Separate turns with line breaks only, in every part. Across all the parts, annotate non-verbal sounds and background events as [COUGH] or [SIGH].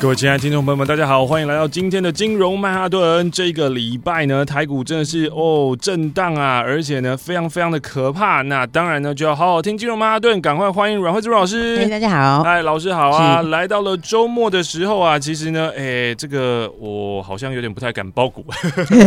各位亲爱的听众朋友们，大家好，欢迎来到今天的金融曼哈顿。这个礼拜呢，台股真的是哦震荡啊，而且呢非常非常的可怕。那当然呢，就要好好听金融曼哈顿，赶快欢迎阮慧珠老师。
哎，大家好。
嗨，老师好啊！
是
来到了周末的时候啊，其实呢，哎、这个我好像有点不太敢包股。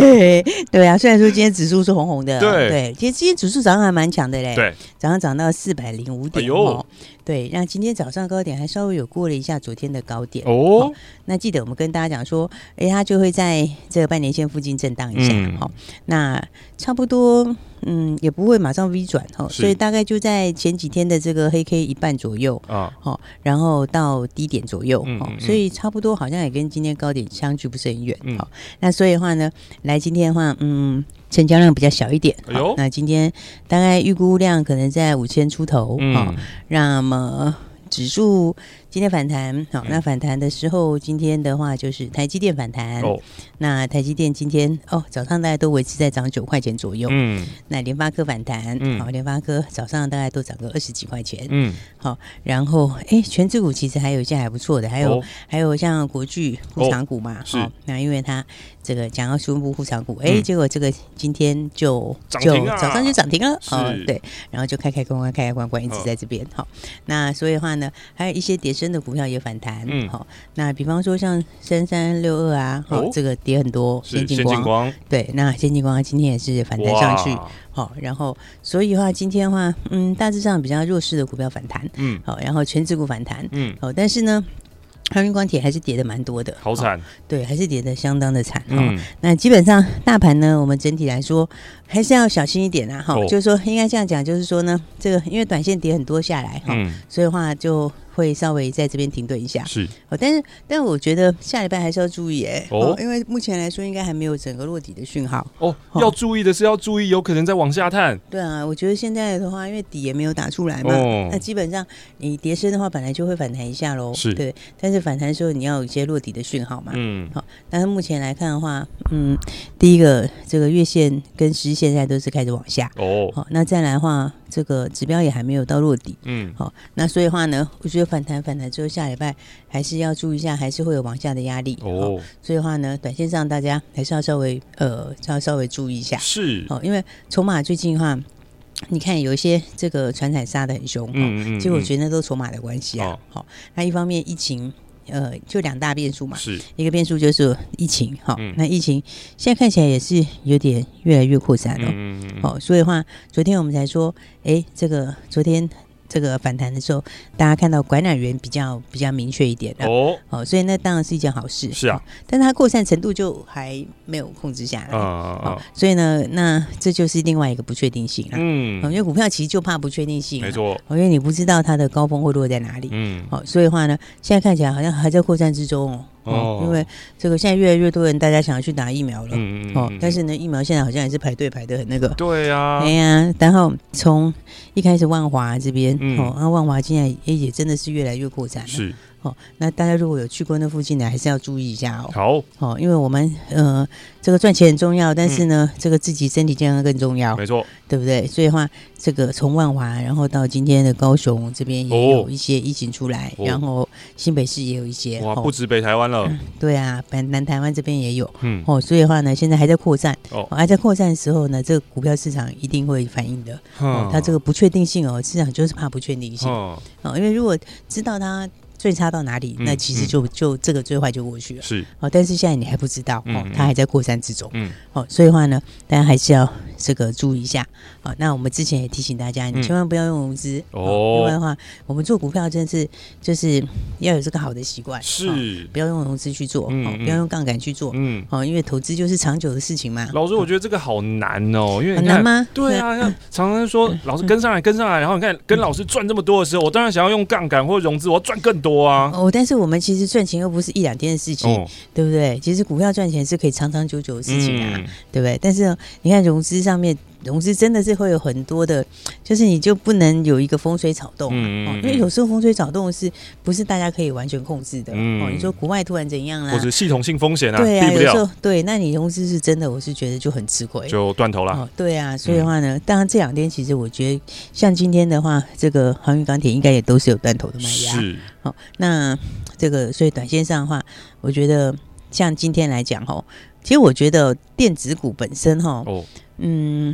[LAUGHS] 对啊，虽然说今天指数是红红的，啊
对
其实今天指数早上还蛮强的嘞，，
对，
早上涨到四百零五
哎
点
呦
哦。对，那今天早上高点还稍微有过了一下昨天的高点。
哦，
那记得我们跟大家讲说，哎，它就会在这个半年线附近震荡一下，
嗯
哦，那差不多，嗯，也不会马上 V 转哦，
是
所以大概就在前几天的这个黑 K 一半左右，
啊，
哦，然后到低点左右，
嗯
哦
嗯，
所以差不多好像也跟今天高点相距不是很远，
嗯
哦，那所以的话呢，来今天的话，嗯，成交量比较小一点，
哎呦
哦那今天大概预估量可能在五千出头，哦
嗯，，
那么。指数今天反弹，好、
嗯
那反弹的时候，今天的话就是台积电反弹。
哦，
那台积电今天哦，早上大概都维持在涨九块钱左右。
嗯
那联发科反弹，好、
嗯
联发科早上大概都涨个二十几块钱。
嗯，
然后，哎，全指股其实还有一些还不错的，还有、
哦
还有像国巨护长股嘛，哦
是
那因为它这个讲要宣布护长股，哎、
嗯
结果这个今天就
涨
就
停啊
早上就涨停了，哦
是
对，然后就开开关关开开关关一直
哦
在这边，好、那所以的话呢，还有一些跌升的股票也反弹，
嗯
好、那比方说像三三六二啊，好、
哦
这个跌很多，
是先
先进
进
光，
光
对，那先进光它今天也是反弹上去，
哇
好、然后所以的话，今天的话，嗯，大致上比较弱势的股票反弹。
嗯
好，然后全指股反弹，
嗯，
好，但是呢，航运光铁还是跌的蛮多的，
好
哦
惨，
对，还是跌的相当的惨，哦。
嗯
那基本上大盘呢，我们整体来说还是要小心一点啦，啊哈、
哦
就是说应该这样讲，就是说呢，这个因为短线跌很多下来哈、
嗯，
所以的话就会稍微在这边停顿一下，
是
哦，但是但我觉得下礼拜还是要注意哎、
哦
哦因为目前来说应该还没有整个落底的讯号，
哦，
哦
要注意的是要注意，有可能再往下探，
对啊，我觉得现在的话，因为底也没有打出来嘛，
哦
那基本上你跌升的话，本来就会反弹一下喽。
是
对，但是反弹的时候你要有一些落底的讯号嘛。
嗯
但是目前来看的话，嗯，第一个这个月线跟十日线现在都是开始往下。
哦，
好、那再来的话，这个指标也还没有到落底。
嗯
好、那所以的话呢，我觉得反弹反弹之后，下礼拜还是要注意一下，还是会有往下的压力。好，
哦，
所以的话呢，短线上大家还是要稍微呃，要稍微注意一下。
是，
哦，因为筹码最近的话，你看有一些这个船产杀的很凶，嗯，
嗯嗯，
其实我
得
觉得那都筹码的关系啊
哦。
好、那一方面疫情，呃，就两大变数嘛，
是，
一个变数就是疫情，好、
嗯
那疫情现在看起来也是有点越来越扩散了、
嗯嗯嗯
哦，所以的话，昨天我们才说，哎，这个昨天这个反弹的时候，大家看到管染源比较比较明确一点了。哦
哦，
所以那当然是一件好事。
是啊
哦，但是它扩散程度就还没有控制下来。
啊啊
好
啊，，
所以呢，那这就是另外一个不确定性啦。
嗯
哦因为股票其实就怕不确定性，
没。错，
哦因为你不知道它的高峰会落在哪里。
嗯，
好、所以的话呢，现在看起来好像还在扩散之中哦。
哦
哦，因为这个现在越来越多人大家想要去打疫苗了。
嗯
哦，但是呢，疫苗现在好像也是排队排的很那个。
对啊
哎，呀，然后从一开始万华这边、
嗯
哦，那万华现在也也真的是越来越扩展了。
是
哦，那大家如果有去过那附近的，还是要注意一下哦。
好，
哦，因为我们呃，这个赚钱很重要，但是呢，这个自己身体健康更重要，
嗯没错，
对不对？所以的话，这个从万华，然后到今天的高雄这边也
哦
有一些疫情出来，
哦
然后新北市也有一些，哦
哇，不止北台湾了，
对啊，南南台湾这边也有。
嗯，
哦，所以的话呢，现在还在扩散，
哦
还在扩散的时候呢，这个股票市场一定会反应的。
嗯
哦，它这
个，
个不确定性哦，市场就是怕不确定性
嗯，
哦，因为如果知道它最差到哪里，
嗯
那其实
嗯
就就这个最坏就过去了。
是，
哦，但是现在你还不知道
嗯
哦
嗯，
它还在扩散之中。
嗯，
哦，所以的话呢，大家还是要这个注意一下。好，那我们之前也提醒大家，你
嗯
千万不要用融资
哦
好要不然的话，我们做股票真的是就是要有这个好的习惯，哦
是，
不要用融资去做，
嗯
哦
嗯
不要用杠杆去做，
嗯，
哦，因为投资就是长久的事情嘛。
老师，我觉得这个好难哦，因为
很
你
难
看。
吗？嗯
对啊，像常常说老师跟上来，跟上来，然后你看跟老师赚这么多的时候，我当然想要用杠杆或融资，我要赚更多啊。
哦，但是我们其实赚钱又不是一两天的事情，
哦，
对不对？其实股票赚钱是可以长长久久的事情啊，
嗯
对不对？但是哦你看融资上面，融资真的是会有很多的，就是你就不能有一个风吹草动、啊
嗯嗯
哦
嗯，
因为有时候风吹草动是不是大家可以完全控制的？
嗯
哦，你说国外突然怎样啦
或？者系统性风险啊，
对啊，
避不
有时
掉
候对，那你融资是真的，我是觉得就很吃亏。
就嗯断头啦。
哦，对啊，所以的话呢，当然这两天其实我觉得，像今天的话，这个航运钢铁应该也都是有断头的卖压。
是，
好、那这个所以短线上的话，我觉得像今天来讲吼，其实我觉得电子股本身吼，
哦，
嗯，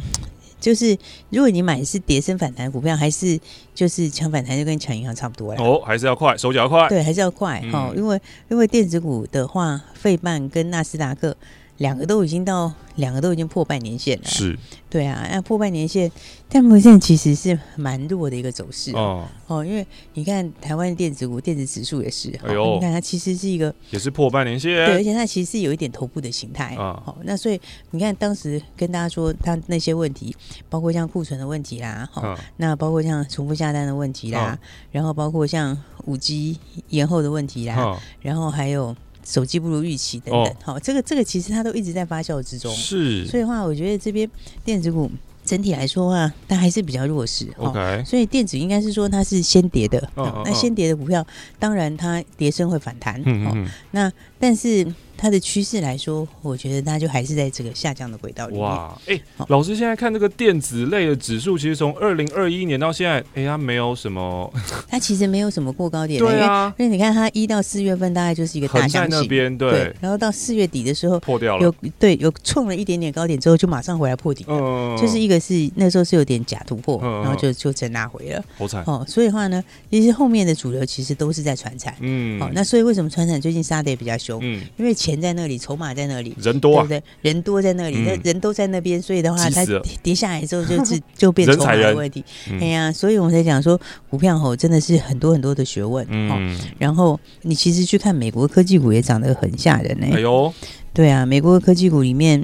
就是如果你买的是跌升反弹股票，还是就是抢反弹，就跟抢银行差不多了。
哦，还是要快，手脚要快。
啊对，还啊是要快
嗯
哈、吼因为因为电子股的话，费半跟纳斯达克两个都已经到两个都已经破半年线了，
是，
对啊，那破半年线，但破线其实是蛮弱的一个走势哦
哦，
哦，因为你看台湾的电子股、电子指数也是，
哎
哦
呦
你看它其实是一个
也是破半年
对，而
线。
且它其实是有一点头部的形态。
嗯啊
好、那所以你看当时跟大家说它那些问题，包括像库存的问题啦，好、
嗯，
那包括像重复下单的问题
啊
啦，然后包括像五 G 延后的问题啦，
嗯
然后还有手机不如预期等等
哦。
好、这个这个其实它都一直在发酵之中。
是
所以的话，我觉得这边电子股整体来说啊，它还是比较弱势。哦
，OK，
所以电子应该是说它是先跌的，
嗯
哦
嗯
那
嗯
先跌的股票，当然它跌升会反弹，
嗯
哦
嗯
那但是它的趋势来说，我觉得它就还是在这个下降的轨道里
嗯，
面。
哇，哎
好，
老师现在看这个电子类的指数，其实从二零二一年到现在，哎，它没有什么，
它其实没有什么过高点的，
对
因为
啊，
因为你看它一到四月份大概就是一个大
横在
箱
那
型，
边，对，
然后到四月底的时候
破掉了
有，对有创了一点点高点之后，就马上回来破底。
嗯，
就是一个是那时候是有点假突破，
嗯嗯
然后就就真拉回了
好惨，
哦，所以的话呢，其实后面的主流其实都是在传产，
嗯，
哦，那所以为什么传产最近杀的也比较凶？
嗯，
因为钱在那里，筹码在那里，
人
对
多
不
啊，
对？人多在那里，
嗯
那、人都在那边，所以的话，
急
它
死了
跌下来之后就是 [LAUGHS] 就变
人
筹码
踩
的
人
问题。
嗯
哎呀，所以我们才讲说，股票吼真的是很多很多的学问。哦
嗯，
然后你其实去看美国科技股也涨得很吓人呢、
哎呦，
对啊，美国科技股里面，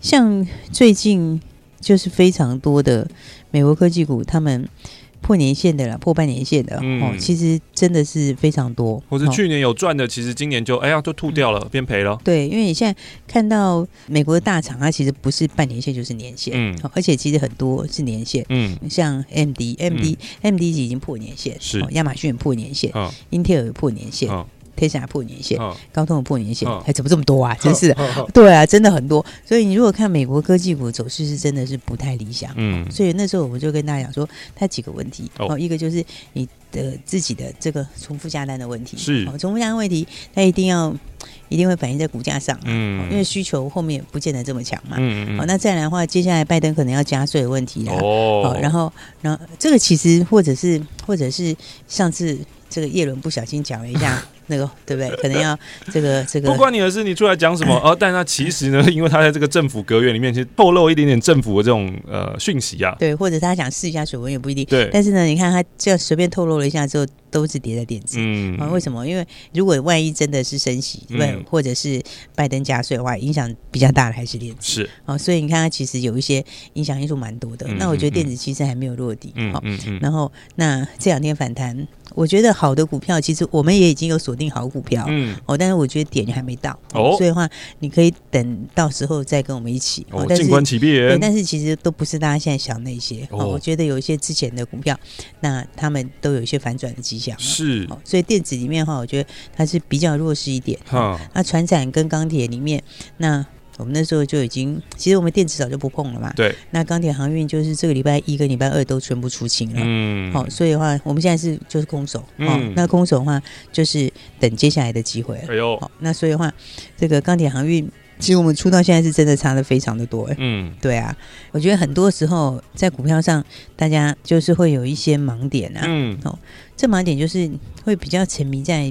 像最近就是非常多的美国科技股，他们破年限的啦，破半年限的、哦
嗯，
其实真的是非常多。
或是
哦
去年有赚的，其实今年就哎呀都吐掉
嗯
了，变赔了，
对，因为你现在看到美国的大厂，它其实不是半年线就是年线，
嗯
哦而且其实很多是年线，
嗯
像 MD、MD、MD 已经破年线，
是
哦亚马逊也破年线，
嗯
英特尔也破年线
嗯
，Tesla 也破年线，
嗯，
高通也破年线
嗯，
哎，怎么这么多啊？真是的，对啊，真的很多。所以你如果看美国科技股走势，是真的是不太理想。
嗯，
所以那时候我们就跟大家讲说，它几个问题
哦
哦，一个就是你的自己的这个重复下单的问题，
是
哦重复下单问题，它一定要一定会反映在股价上，
嗯
哦因为需求后面不见得这么强嘛。
嗯
哦，那再来的话，接下来拜登可能要加税的问题啦，
哦
哦，然后，然后这个其实或者是或者是上次这个叶伦不小心讲了一下
[LAUGHS]
那个，对不对？可能要这个这个
不关你的事，你出来讲
[LAUGHS]
什么？呃，但他其实呢，因为他在这个政府隔院里面，其实透露一点点政府的这种呃讯息啊。
对，或者他想试一下水温也不一定。
对，
但是呢，你看他这样随便透露了一下之后，都是跌在点子。
嗯
啊，为什么？因为如果万一真的是升息，不、
嗯
或者是拜登加税的话，影响比较大的还是电子
是，
哦，所以你看它其实有一些影响因素蛮多的。
嗯
那我觉得
嗯
电子其实还没有落地，
嗯
好、
嗯嗯，
然后那这两天反弹，我觉得好的股票其实我们也已经有锁定好股票。
嗯，
哦，但是我觉得点还没到，
哦
所以的话，你可以等到时候再跟我们一起。
哦，
但是
静观其
对，
变。
但是其实都不是大家现在想那些。哦，
哦
我觉得有一些之前的股票，那他们都有一些反转的迹象了。
是，
哦，所以电子里面的话，我觉得它是比较弱势一点。哦
哈，
那船产跟钢铁里面，那我们那时候就已经，其实我们电子早就不碰了嘛。
对。
那钢铁航运就是这个礼拜一跟礼拜二都全部出清了。
嗯，
好、所以的话，我们现在是就是空手，哦
嗯，
那空手的话就是等接下来的机会了。
哎呦，
好、那所以的话，这个钢铁航运，其实我们出到现在是真的差的非常的多、哎
嗯，
对啊，我觉得很多时候在股票上，大家就是会有一些盲点啊。
嗯，
这盲点就是会比较沉迷在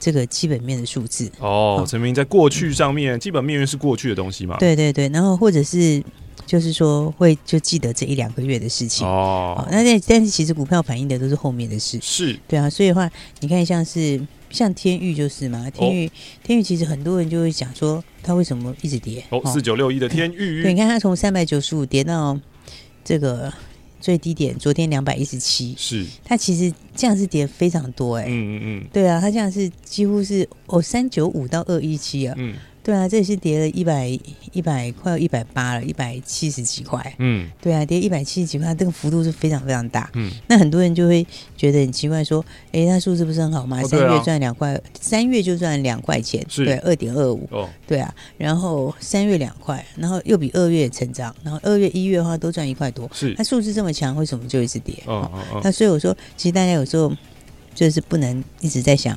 这个基本面的数字。
哦
好，
陈明在过去上面，基本面缘是过去的东西嘛？，
对对对，然后或者是就是说会就记得这一两个月的事情。
哦
哦，，那但但是其实股票反映的都是后面的事，
是
对啊，所以的话，你看像是像天域就是嘛，
哦
天域、天域其实很多人就会讲说，它为什么一直跌？
哦，四九六一的天
对，
域
你看它从三百九十五跌到这个最低点，昨天两百一十七，
是，
它其实这样是跌非常多哎、
嗯嗯
对啊，它这样是几乎是哦三九五到二一七啊，
嗯
对啊，这也是跌了一百一百快要一百八了，一百七十几块，
嗯
对啊，跌一百七十几块，这个幅度是非常非常大。
嗯
那很多人就会觉得很奇怪，说：“哎，那数字不是很好吗？
哦
三
对啊
月赚两块，三月就赚两块钱，
是
对，二点二五，
哦，
对啊。然后三月两块，然后又比二月成长，然后二月、一月的话都赚一块多。
是
那，数字这么强，为什么就一直跌？
哦
哦
哦哦，
那所以我说，其实大家有时候就是不能一直在想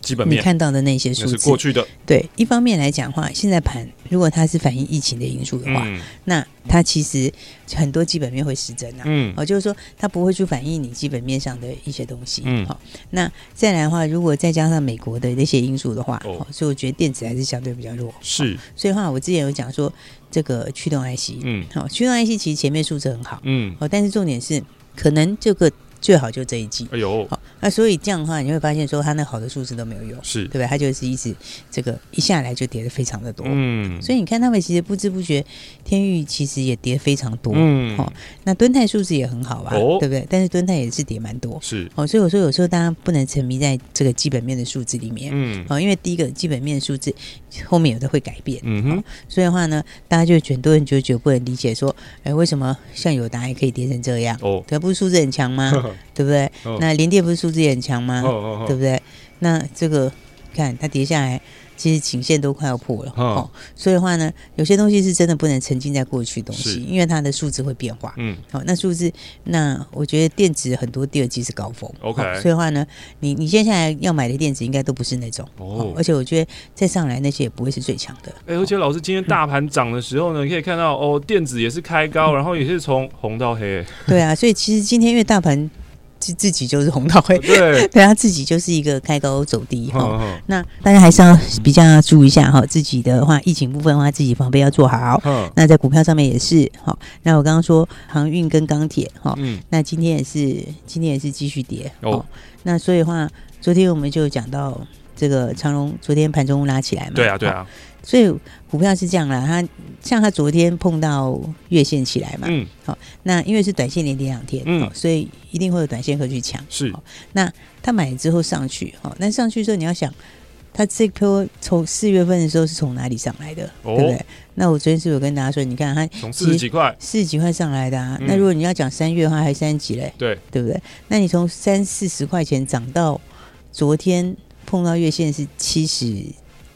基本
你
面
看到的那些
那
数
是
字
过。去的，
对，一方面来讲的话，现在盘如果它是反映疫情的因素的话，
嗯
那它其实很多基本面会失真啊。
嗯
哦，就是说它不会去反映你基本面上的一些东西。
嗯
好、那再来的话，如果再加上美国的那些因素的话，
哦
哦，所以我觉得电子还是相对比较弱。
是，
所以的话，我之前有讲说这个驱动 IC，
嗯
好、驱动 IC 其实前面数字很好，
嗯，
哦，但是重点是可能这个最好就这一季。
哎呦
好、那所以这样的话，你会发现说它那好的数字都没有用，
是
对，不对？它就是一直这个一下来就跌的非常的多。
嗯，
所以你看，他们其实不知不觉，天域其实也跌非常多。
嗯
哦那敦泰数字也很好啊，
哦
对不对？但是敦泰也是跌蛮多
是，
哦，所以我说有时候大家不能沉迷在这个基本面的数字里面。
嗯
哦，因为第一个基本面数字后面有的会改变，
嗯哼，
所以的话呢，大家就很多人就觉得不能理解说，哎，为什么像友达也可以跌成这样？ [LAUGHS]
哦，
可不是数字很强吗？
[LAUGHS] 呵呵
对不对
哦？
那联电不是数字也很强吗
哦？哦
对
哦，
不对？那这个看它跌下来，其实颈线都快要破了、
嗯
哦。所以的话呢，有些东西是真的不能沉浸在过去的东
是
西，因为它的数字会变化。
嗯
好、那数字，那我觉得电子很多第二季是高峰。
OK
好所以的话呢，你你接下来要买的电子应该都不是那种
哦
而且我觉得再上来那些也不会是最强的。
哎、而且老师今天大盘涨的时候呢，你可以看到哦，电子也是开
嗯
高，然后也是从红到黑，
对啊，所以其实今天因为大盘自自己就是红到黑， [LAUGHS]
对，
对啊，自己就是一个开高走低哈。
哼
那大家还是要比较注意一下哈，自己的话，疫情部分的话，自己防备要做好。
哼，
那在股票上面也是哈，那我刚刚说航运跟钢铁哈，
嗯，
那今天也是今天也是继续跌
哦
哦。那所以的话，昨天我们就讲到这个长荣，昨天盘中拉起来嘛，
对啊，对
哦。
啊，
所以股票是这样啦，它像它昨天碰到月线起来嘛，
嗯，
那因为是短线连跌两天，
嗯
哦所以一定会有短线客去抢。
是，
他买了之后上去，哦，那上去之后你要想，他这波从四月份的时候是从哪里上来的，
哦
对不对？那我昨天是不是有跟大家说，你看他
从四十几块，
四十几块上来的啊，
嗯
那如果你要讲三月的话，还三十几嘞，
对，
对不对？那你从三四十块钱涨到昨天碰到月线是七十。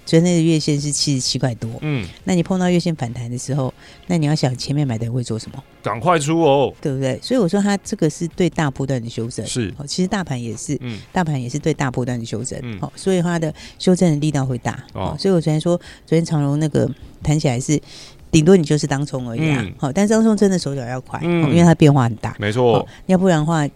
昨天的月线是七十七块多，
嗯，
那你碰到月线反弹的时候，那你要想前面买的人会做什么，
赶快出哦，
对不对？所以我说它这个是对大波段的修正，
是，
哦，其实大盘也是，
嗯，
大盘也是对大波段的修正，
嗯
哦，所以它的修正的力道会大，
哦
哦，所以我昨天说，昨天长荣那个弹起来是，顶多你就是当冲而已啊
嗯，
好、但是当冲真的手脚要快、
嗯
哦，因为它变化很大，
没错
哦，要不然的话，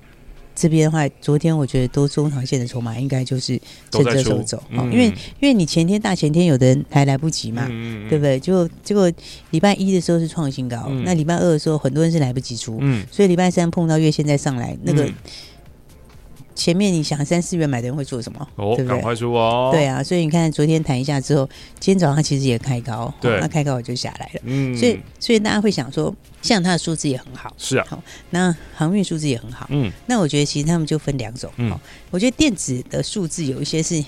这边的话，昨天我觉得多中长线的筹码应该就是
都
趁
在
这
出
手走，哦，因为因为你前天大前天有的人还来不及嘛。
嗯
对不
对？
对？就结果礼拜一的时候是创新高，
嗯
那礼拜二的时候很多人是来不及出，
嗯，
所以礼拜三碰到月线再上来，那个
嗯
前面你想三四月买的人会做什么？
哦，
对不
赶
对？
快出哦，
对，啊，所以你看昨天谈一下之后，今天早上它其实也开高，
对
哦那开高我就下来了。
嗯，
所以，所以大家会想说，像它的数字也很好，
是啊，
那航运数字也很好。
嗯，
那我觉得其实他们就分两种。
嗯
哦，我觉得电子的数字有一些是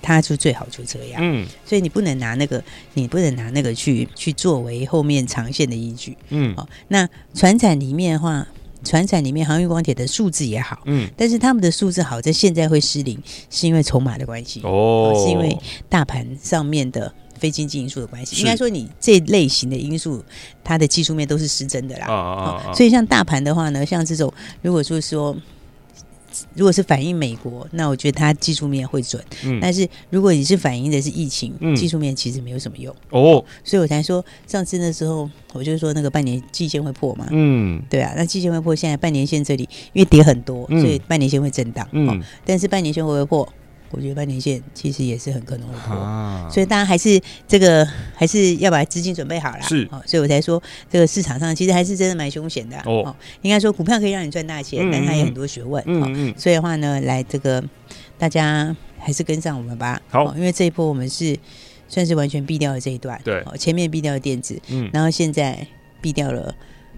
它就最好就这样，
嗯
所以你不能拿那个，你不能拿那个去去作为后面长线的依据。
嗯
哦，那船产里面的话，船产里面航运光铁的数字也好，
嗯，
但是他们的数字好在现在会失灵，是因为筹码的关系，
哦，
是因为大盘上面的非经济因素的关系。
是
应该说，你这类型的因素，它的技术面都是失真的啦。
啊啊
哦
啊，
所以像大盘的话呢，像这种如果说说。如果是反映美国，那我觉得它技术面会准。
嗯
但是如果你是反映的是疫情，
嗯
技术面其实没有什么用。
哦，
所以我才说上次那时候，我就说那个半年季线会破嘛。
嗯
对啊，那季线会破，现在半年线这里因为跌很多，
嗯
所以半年线会震荡。
嗯
哦，但是半年线会不会破？我觉得半年线其实也是很可能会破。
啊，
所以大家还是这个还是要把资金准备好啦。
是
哦，所以我才说这个市场上其实还是真的蛮凶险的啊、
哦
应该说股票可以让你赚大钱，
嗯
但它也很多学问。哦
嗯嗯，
所以的话呢，来这个大家还是跟上我们吧。哦
好
因为这一波我们是算是完全避掉了这一段，
对
哦，前面避掉了电子，
嗯
然后现在避掉了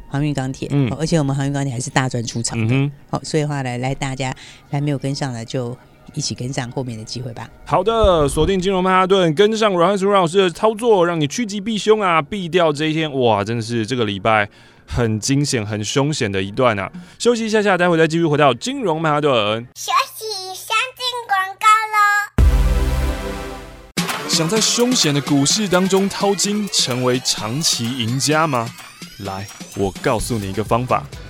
航运钢铁，
嗯
哦而且我们航运钢铁还是大赚出场
嗯
的，
哼。
好、所以的话来来大家来没有跟上的就一起跟上后面的机会吧。
好的，锁定金融曼哈顿，跟上阮汉书阮老师的操作，让你趋吉避凶啊，避掉这一天。哇，真的是这个礼拜很惊险、很凶险的一段啊！休息一下下，待会再继续回到金融曼哈顿。
学习先进广告喽。
想在凶险的股市当中淘金，成为长期赢家吗？来，我告诉你一个方法。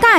大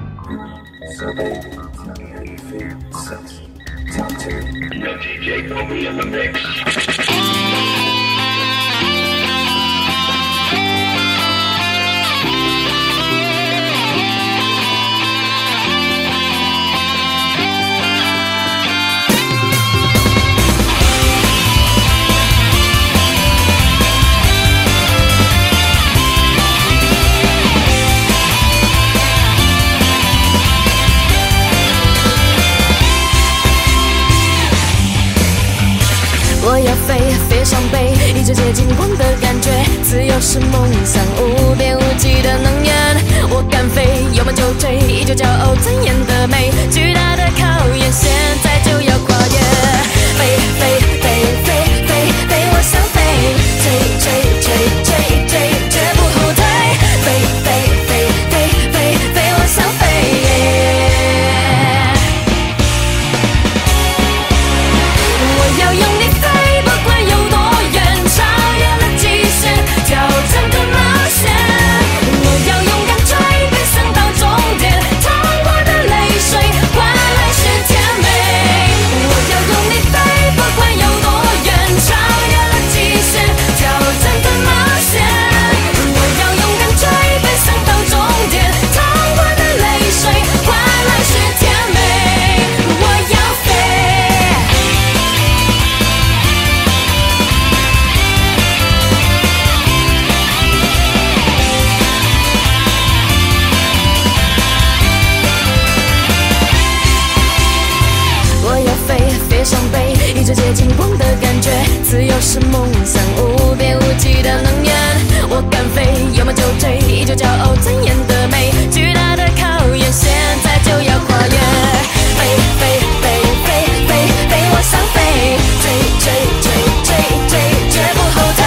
我要飞，飞上北，一直接近光的感觉，自由是梦想，无边无际的能源。我敢飞，有梦就追，依旧骄傲尊严的美，巨大的考验，现在就要跨越。飞飞飞飞飞飞，我想飞，追追追追追，绝不后退。飞飞飞飞飞飞，我想飞。我要用力飞，不管有多远，超越了极限，挑战更冒险。我要勇敢追，飞升到终点，痛过的泪水换来是甜美。我要用力飞，不管有多远，超越了极限，挑战更冒险。我要勇敢追，飞升到终点，痛过的泪水换来是甜美。我要飞。我要飞，飞上北，一直接近光的感觉，自由是梦想，无边无际的能源。我敢飞，有梦就追，依旧骄傲尊严的美，巨大的考验，现在就要跨越。飞飞飞飞飞飞，我想飞，追追追追追，绝不后退。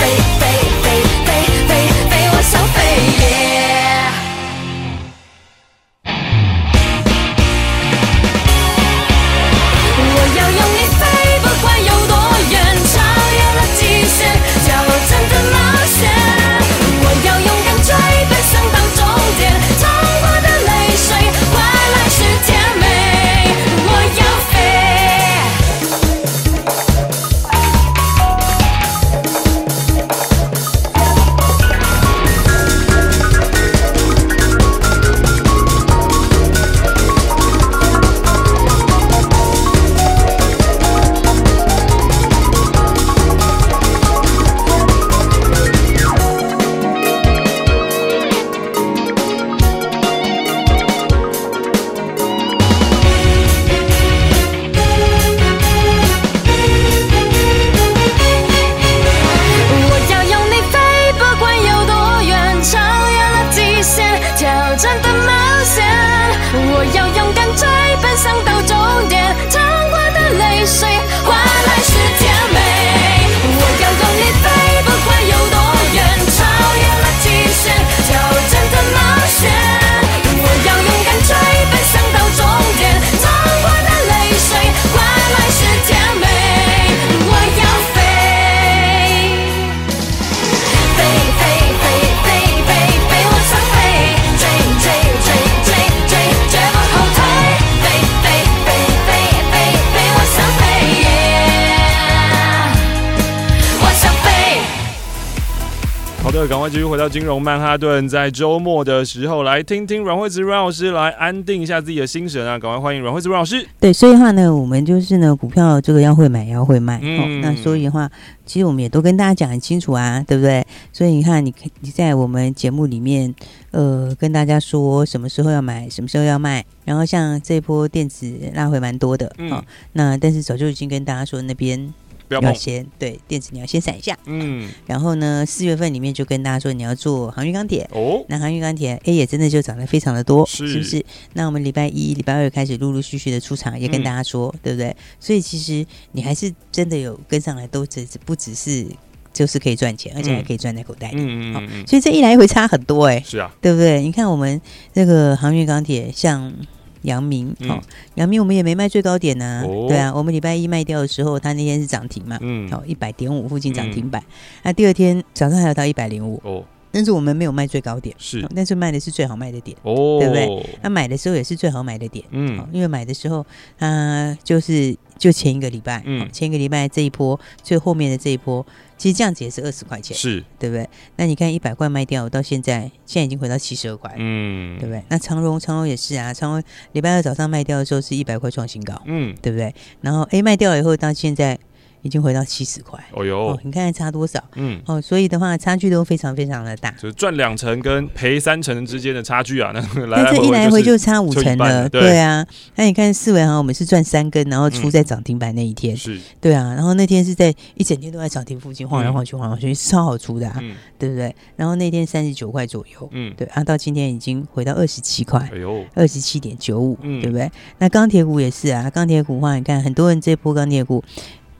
飞飞飞飞飞飞，我想飞。yeah 我要用力飞，不管有多远，超越了极限，
的，赶快继续回到金融曼哈顿，在周末的时候来听听阮惠慈阮老师来安定一下自己的心神啊！赶快欢迎阮惠慈阮老师。
对，所以的话呢，我们就是呢，股票这个要会买，要会卖、
嗯
哦。那所以的话，其实我们也都跟大家讲很清楚啊，对不对？所以你看，你可你在我们节目里面，呃，跟大家说什么时候要买，什么时候要卖。然后像这波电子拉回蛮多的，
嗯
哦，那但是早就已经跟大家说那边
不要
要
碰，
先对电子你要先闪一下，
嗯，
然后呢，四月份里面就跟大家说你要做航运钢铁，
哦，
那航运钢铁 A 也真的就涨得非常的多，
是
不是？那我们礼拜一、礼拜二开始陆陆续续的出场，也跟
嗯
大家说，对不对？所以其实你还是真的有跟上来，都只不只是就是可以赚钱，而且还可以赚在口袋里。
嗯嗯嗯嗯嗯，
所以这一来一回差很多哎、
是啊，
对不对？你看我们这个航运钢铁，像阳明，
嗯
哦，阳明我们也没卖最高点呢、
哦
对啊，我们礼拜一卖掉的时候，它那天是涨停嘛，
嗯，
哦，一百点五附近涨停板，那、第二天早上还有到一百零五，
哦，
但是我们没有卖最高点，
是
哦但是卖的是最好卖的点，
哦，
对不对？那、买的时候也是最好买的点，哦
嗯，
因为买的时候它、就是就前一个礼拜，
嗯
哦前一个礼拜这一波最后面的这一波，其实这样子也是二十块钱，
是，
对不对？那你看一百块卖掉到现在，现在已经回到七十二块了。
嗯，
对不对？那长荣，长荣也是啊，长荣礼拜二早上卖掉的时候是一百块创新高，
嗯，
对不对？然后哎，卖掉了以后到现在已经回到七十块，
哦
哦
哟，，
你看看差多少
嗯，
哦，所以的话差距都非常非常的大。
就是赚两成跟赔三成之间的差距啊，那来
那
来
这一来
回
回
就是
就差五
就一
成
半了
了，
对
对啊。那你看四维行，我们是赚三根，然后出
嗯
在涨停板那一天，
是，
对啊。然后那天是在一整天都在涨停附近晃来
嗯
晃去，晃来晃去，超好出的、啊，
嗯
对不对？然后那天三十九块左右，
嗯，
对啊，到今天已经回到二十七块，
哎呦，
二十七点九五，
嗯
对不对？那钢铁股也是啊，钢铁股的话，你看很多人这波钢铁股，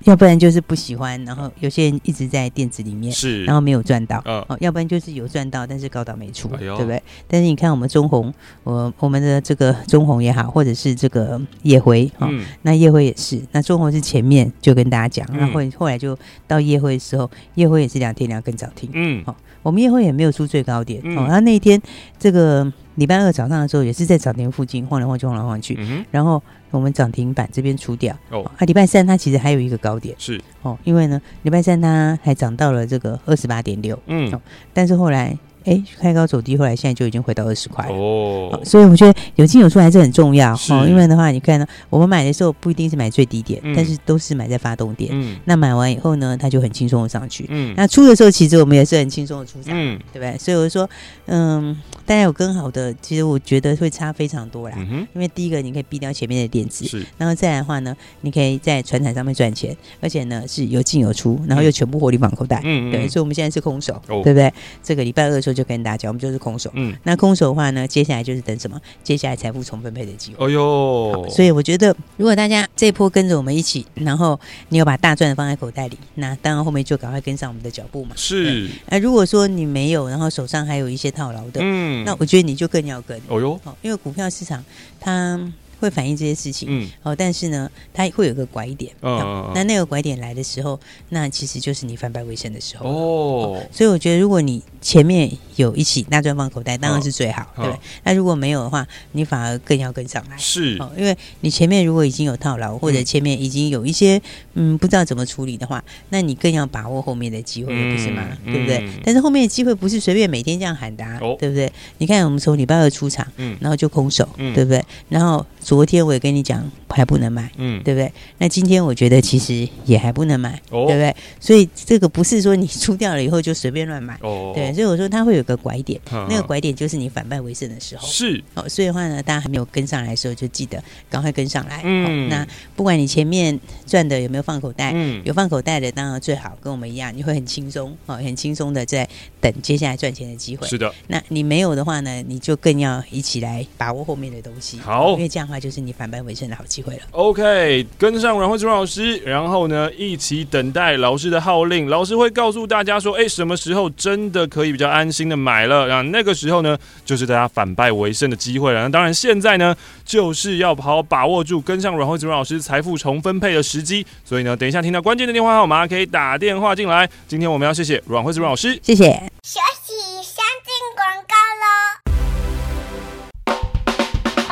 要不然就是不喜欢，然后有些人一直在电子里面，
是，
然后没有赚到。
嗯，
哦，要不然就是有赚到，但是高档没出，
哎呦
对不对？但是你看我们中红，我我们的这个中红也好，或者是这个夜辉哦，
嗯，
那夜辉也是，那中红是前面就跟大家讲，那
嗯
后后来就到夜辉的时候，夜辉也是两天两根涨停，
嗯，
我们夜会也没有出最高点、
嗯
哦。他那一天这个礼拜二早上的时候，也是在涨停附近晃来晃去，晃来晃去。
嗯哼，
然后我们涨停板这边出掉。
哦，
啊，礼拜三它其实还有一个高点
是，
哦，因为呢，礼拜三它还涨到了这个二十八点六，
嗯，
但是后来哎开高走低，后来现在就已经回到二十块了。
哦
哦，所以我觉得有进有出还是很重要
是
哦，因为的话，你看呢，我们买的时候不一定是买最低点，
嗯
但是都是买在发动点。
嗯
那买完以后呢，它就很轻松的上去。
嗯
那出的时候，其实我们也是很轻松的出场。
嗯
对不对？所以我就说，嗯，大家有更好的，其实我觉得会差非常多啦。
嗯哼，
因为第一个，你可以避掉前面的电子，
是，
然后再来的话呢，你可以在船产上面赚钱，而且呢是有进有出，然后又全部获利绑口袋。
嗯
对，
嗯
所以我们现在是空手，
哦
对不对？这个礼拜二的时候就跟大家讲，我们就是空手。
嗯，
那空手的话呢，接下来就是等什么？接下来财富重分配的机会。
哎呦，
所
以
以我觉得，如果大家这一波跟着我们一起，然后你有把大赚的放在口袋里，那当然后面就赶快跟上我们的脚步嘛。
是，
那如果说你没有，然后手上还有一些套牢的，
嗯，
那我觉得你就更要跟
哦哟，
哦，因为股票市场它会反映这些事情、
嗯
哦，但是呢，它会有个拐点，
嗯嗯嗯
哦那那个拐点来的时候，那其实就是你反败为胜的时候。
哦，
所以我觉得，如果你前面有一起大赚放口袋，当然是最好，
嗯
对不对？那如果没有的话，你反而更要跟上来。
是，
哦，因为你前面如果已经有套牢，或者
嗯
前面已经有一些嗯不知道怎么处理的话，那你更要把握后面的机会，
嗯
不是吗？
嗯
对不对？但是后面的机会不是随便每天这样喊的、啊，
哦
对不对？你看我们从礼拜二出场，
嗯
然后就空手，
嗯
对不对？然后昨天我也跟你讲还不能买。
嗯，
对不对？那今天我觉得其实也还不能买，
哦
对不对？所以这个不是说你出掉了以后就随便乱买，
哦，
对。所以我说它会有个拐点，
嗯，
那个拐点就是你反败为胜的时候。
是，
哦，所以的话呢，大家还没有跟上来的时候，就记得赶快跟上来。
嗯
哦，那不管你前面赚的有没有放口袋，
嗯，
哎有放口袋的当然最好，跟我们一样，你会很轻松哦，很轻松的在等接下来赚钱的机会。
是的，
那你没有的话呢，你就更要一起来把握后面的东西。哦
好
因为这样的话就是你反败为胜的好机会了。
OK，跟上阮慧珠老师，然后呢，一起等待老师的号令。老师会告诉大家说，哎，什么时候真的可以比较安心的买了？啊，那个时候呢，就是大家反败为胜的机会了。那当然，现在呢，就是要好好把握住跟上阮慧珠老师财富重分配的时机。所以呢，等一下听到关键的电话号码，可以打电话进来。今天我们要谢谢阮慧珠老师。
谢谢。
休息一下，进广告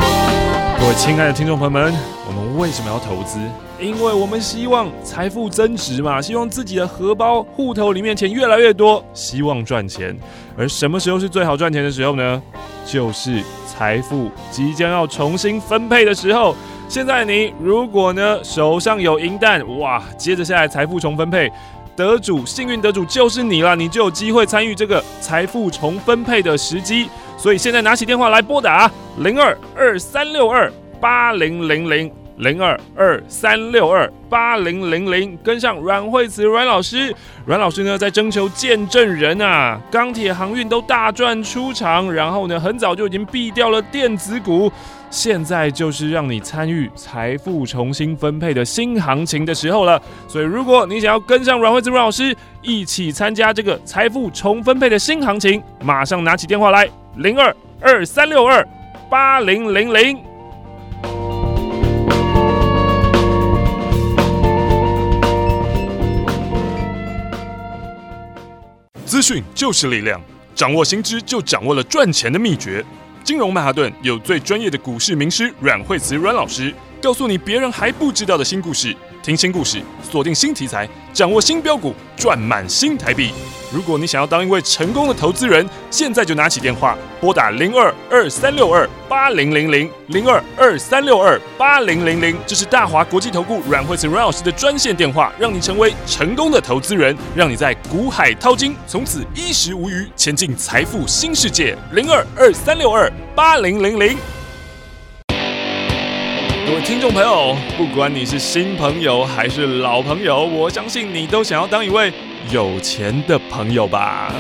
喽。
各位位亲爱的听众朋友们，我们为什么要投资？因为我们希望财富增值嘛，希望自己的荷包、户头里面钱越来越多，希望赚钱。而什么时候是最好赚钱的时候呢？就是财富即将要重新分配的时候。现在你如果呢手上有银弹，哇，接着下来财富重分配，得主幸运得主就是你啦，你就有机会参与这个财富重分配的时机。所以现在拿起电话来拨打啊零二二三六二八零零零零二二三六二八零零零，跟上阮惠慈阮老师。阮老师呢在征求见证人啊，钢铁航运都大赚出场，然后呢很早就已经避掉了电子股。现在就是让你参与财富重新分配的新行情的时候了，所以如果你想要跟上阮惠子阮老师一起参加这个财富重分配的新行情，马上拿起电话来零二二三六二八零零零。资讯就是力量，掌握新知就掌握了赚钱的秘诀。金融曼哈顿有最专业的股市名师阮惠慈阮老师，告诉你别人还不知道的新故事，听新故事，锁定新题材，掌握新标股，赚满新台币。如果你想要当一位成功的投资人，现在就拿起电话拨打零二二三六二八零零零零二二三六二八零零零，这是大华国际投顾阮惠慈阮老师的专线电话，让你成为成功的投资人，让你在股海淘金，从此衣食无虞，前进财富新世界。零二二三六二八零零零。各位听众朋友，不管你是新朋友还是老朋友，我相信你都想要当一位有钱的朋友吧。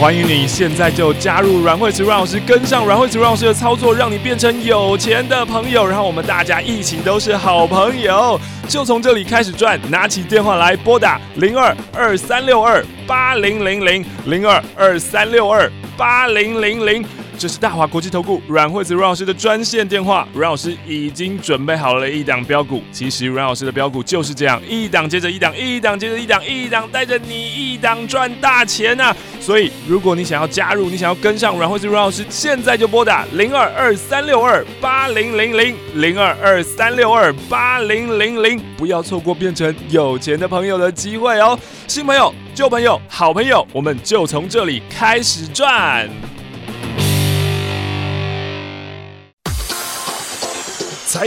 欢迎你现在就加入阮慧慈阮老师，跟上阮慧慈阮老师的操作，让你变成有钱的朋友。然后我们大家一起都是好朋友，就从这里开始赚。拿起电话来拨打零二二三六二八零零零零二二三六二八零零零。这是大华国际投顾阮惠子阮老师的专线电话，阮老师已经准备好了一档标股。其实阮老师的标股就是这样，一档接着一档，一档接着一档，一档带着你一档赚大钱呐、所以如果你想要加入，你想要跟上阮惠子阮老师，现在就拨打零二二三六二八零零零零二二三六二八零零零，不要错过变成有钱的朋友的机会哦！新朋友、旧朋友、好朋友，我们就从这里开始赚。财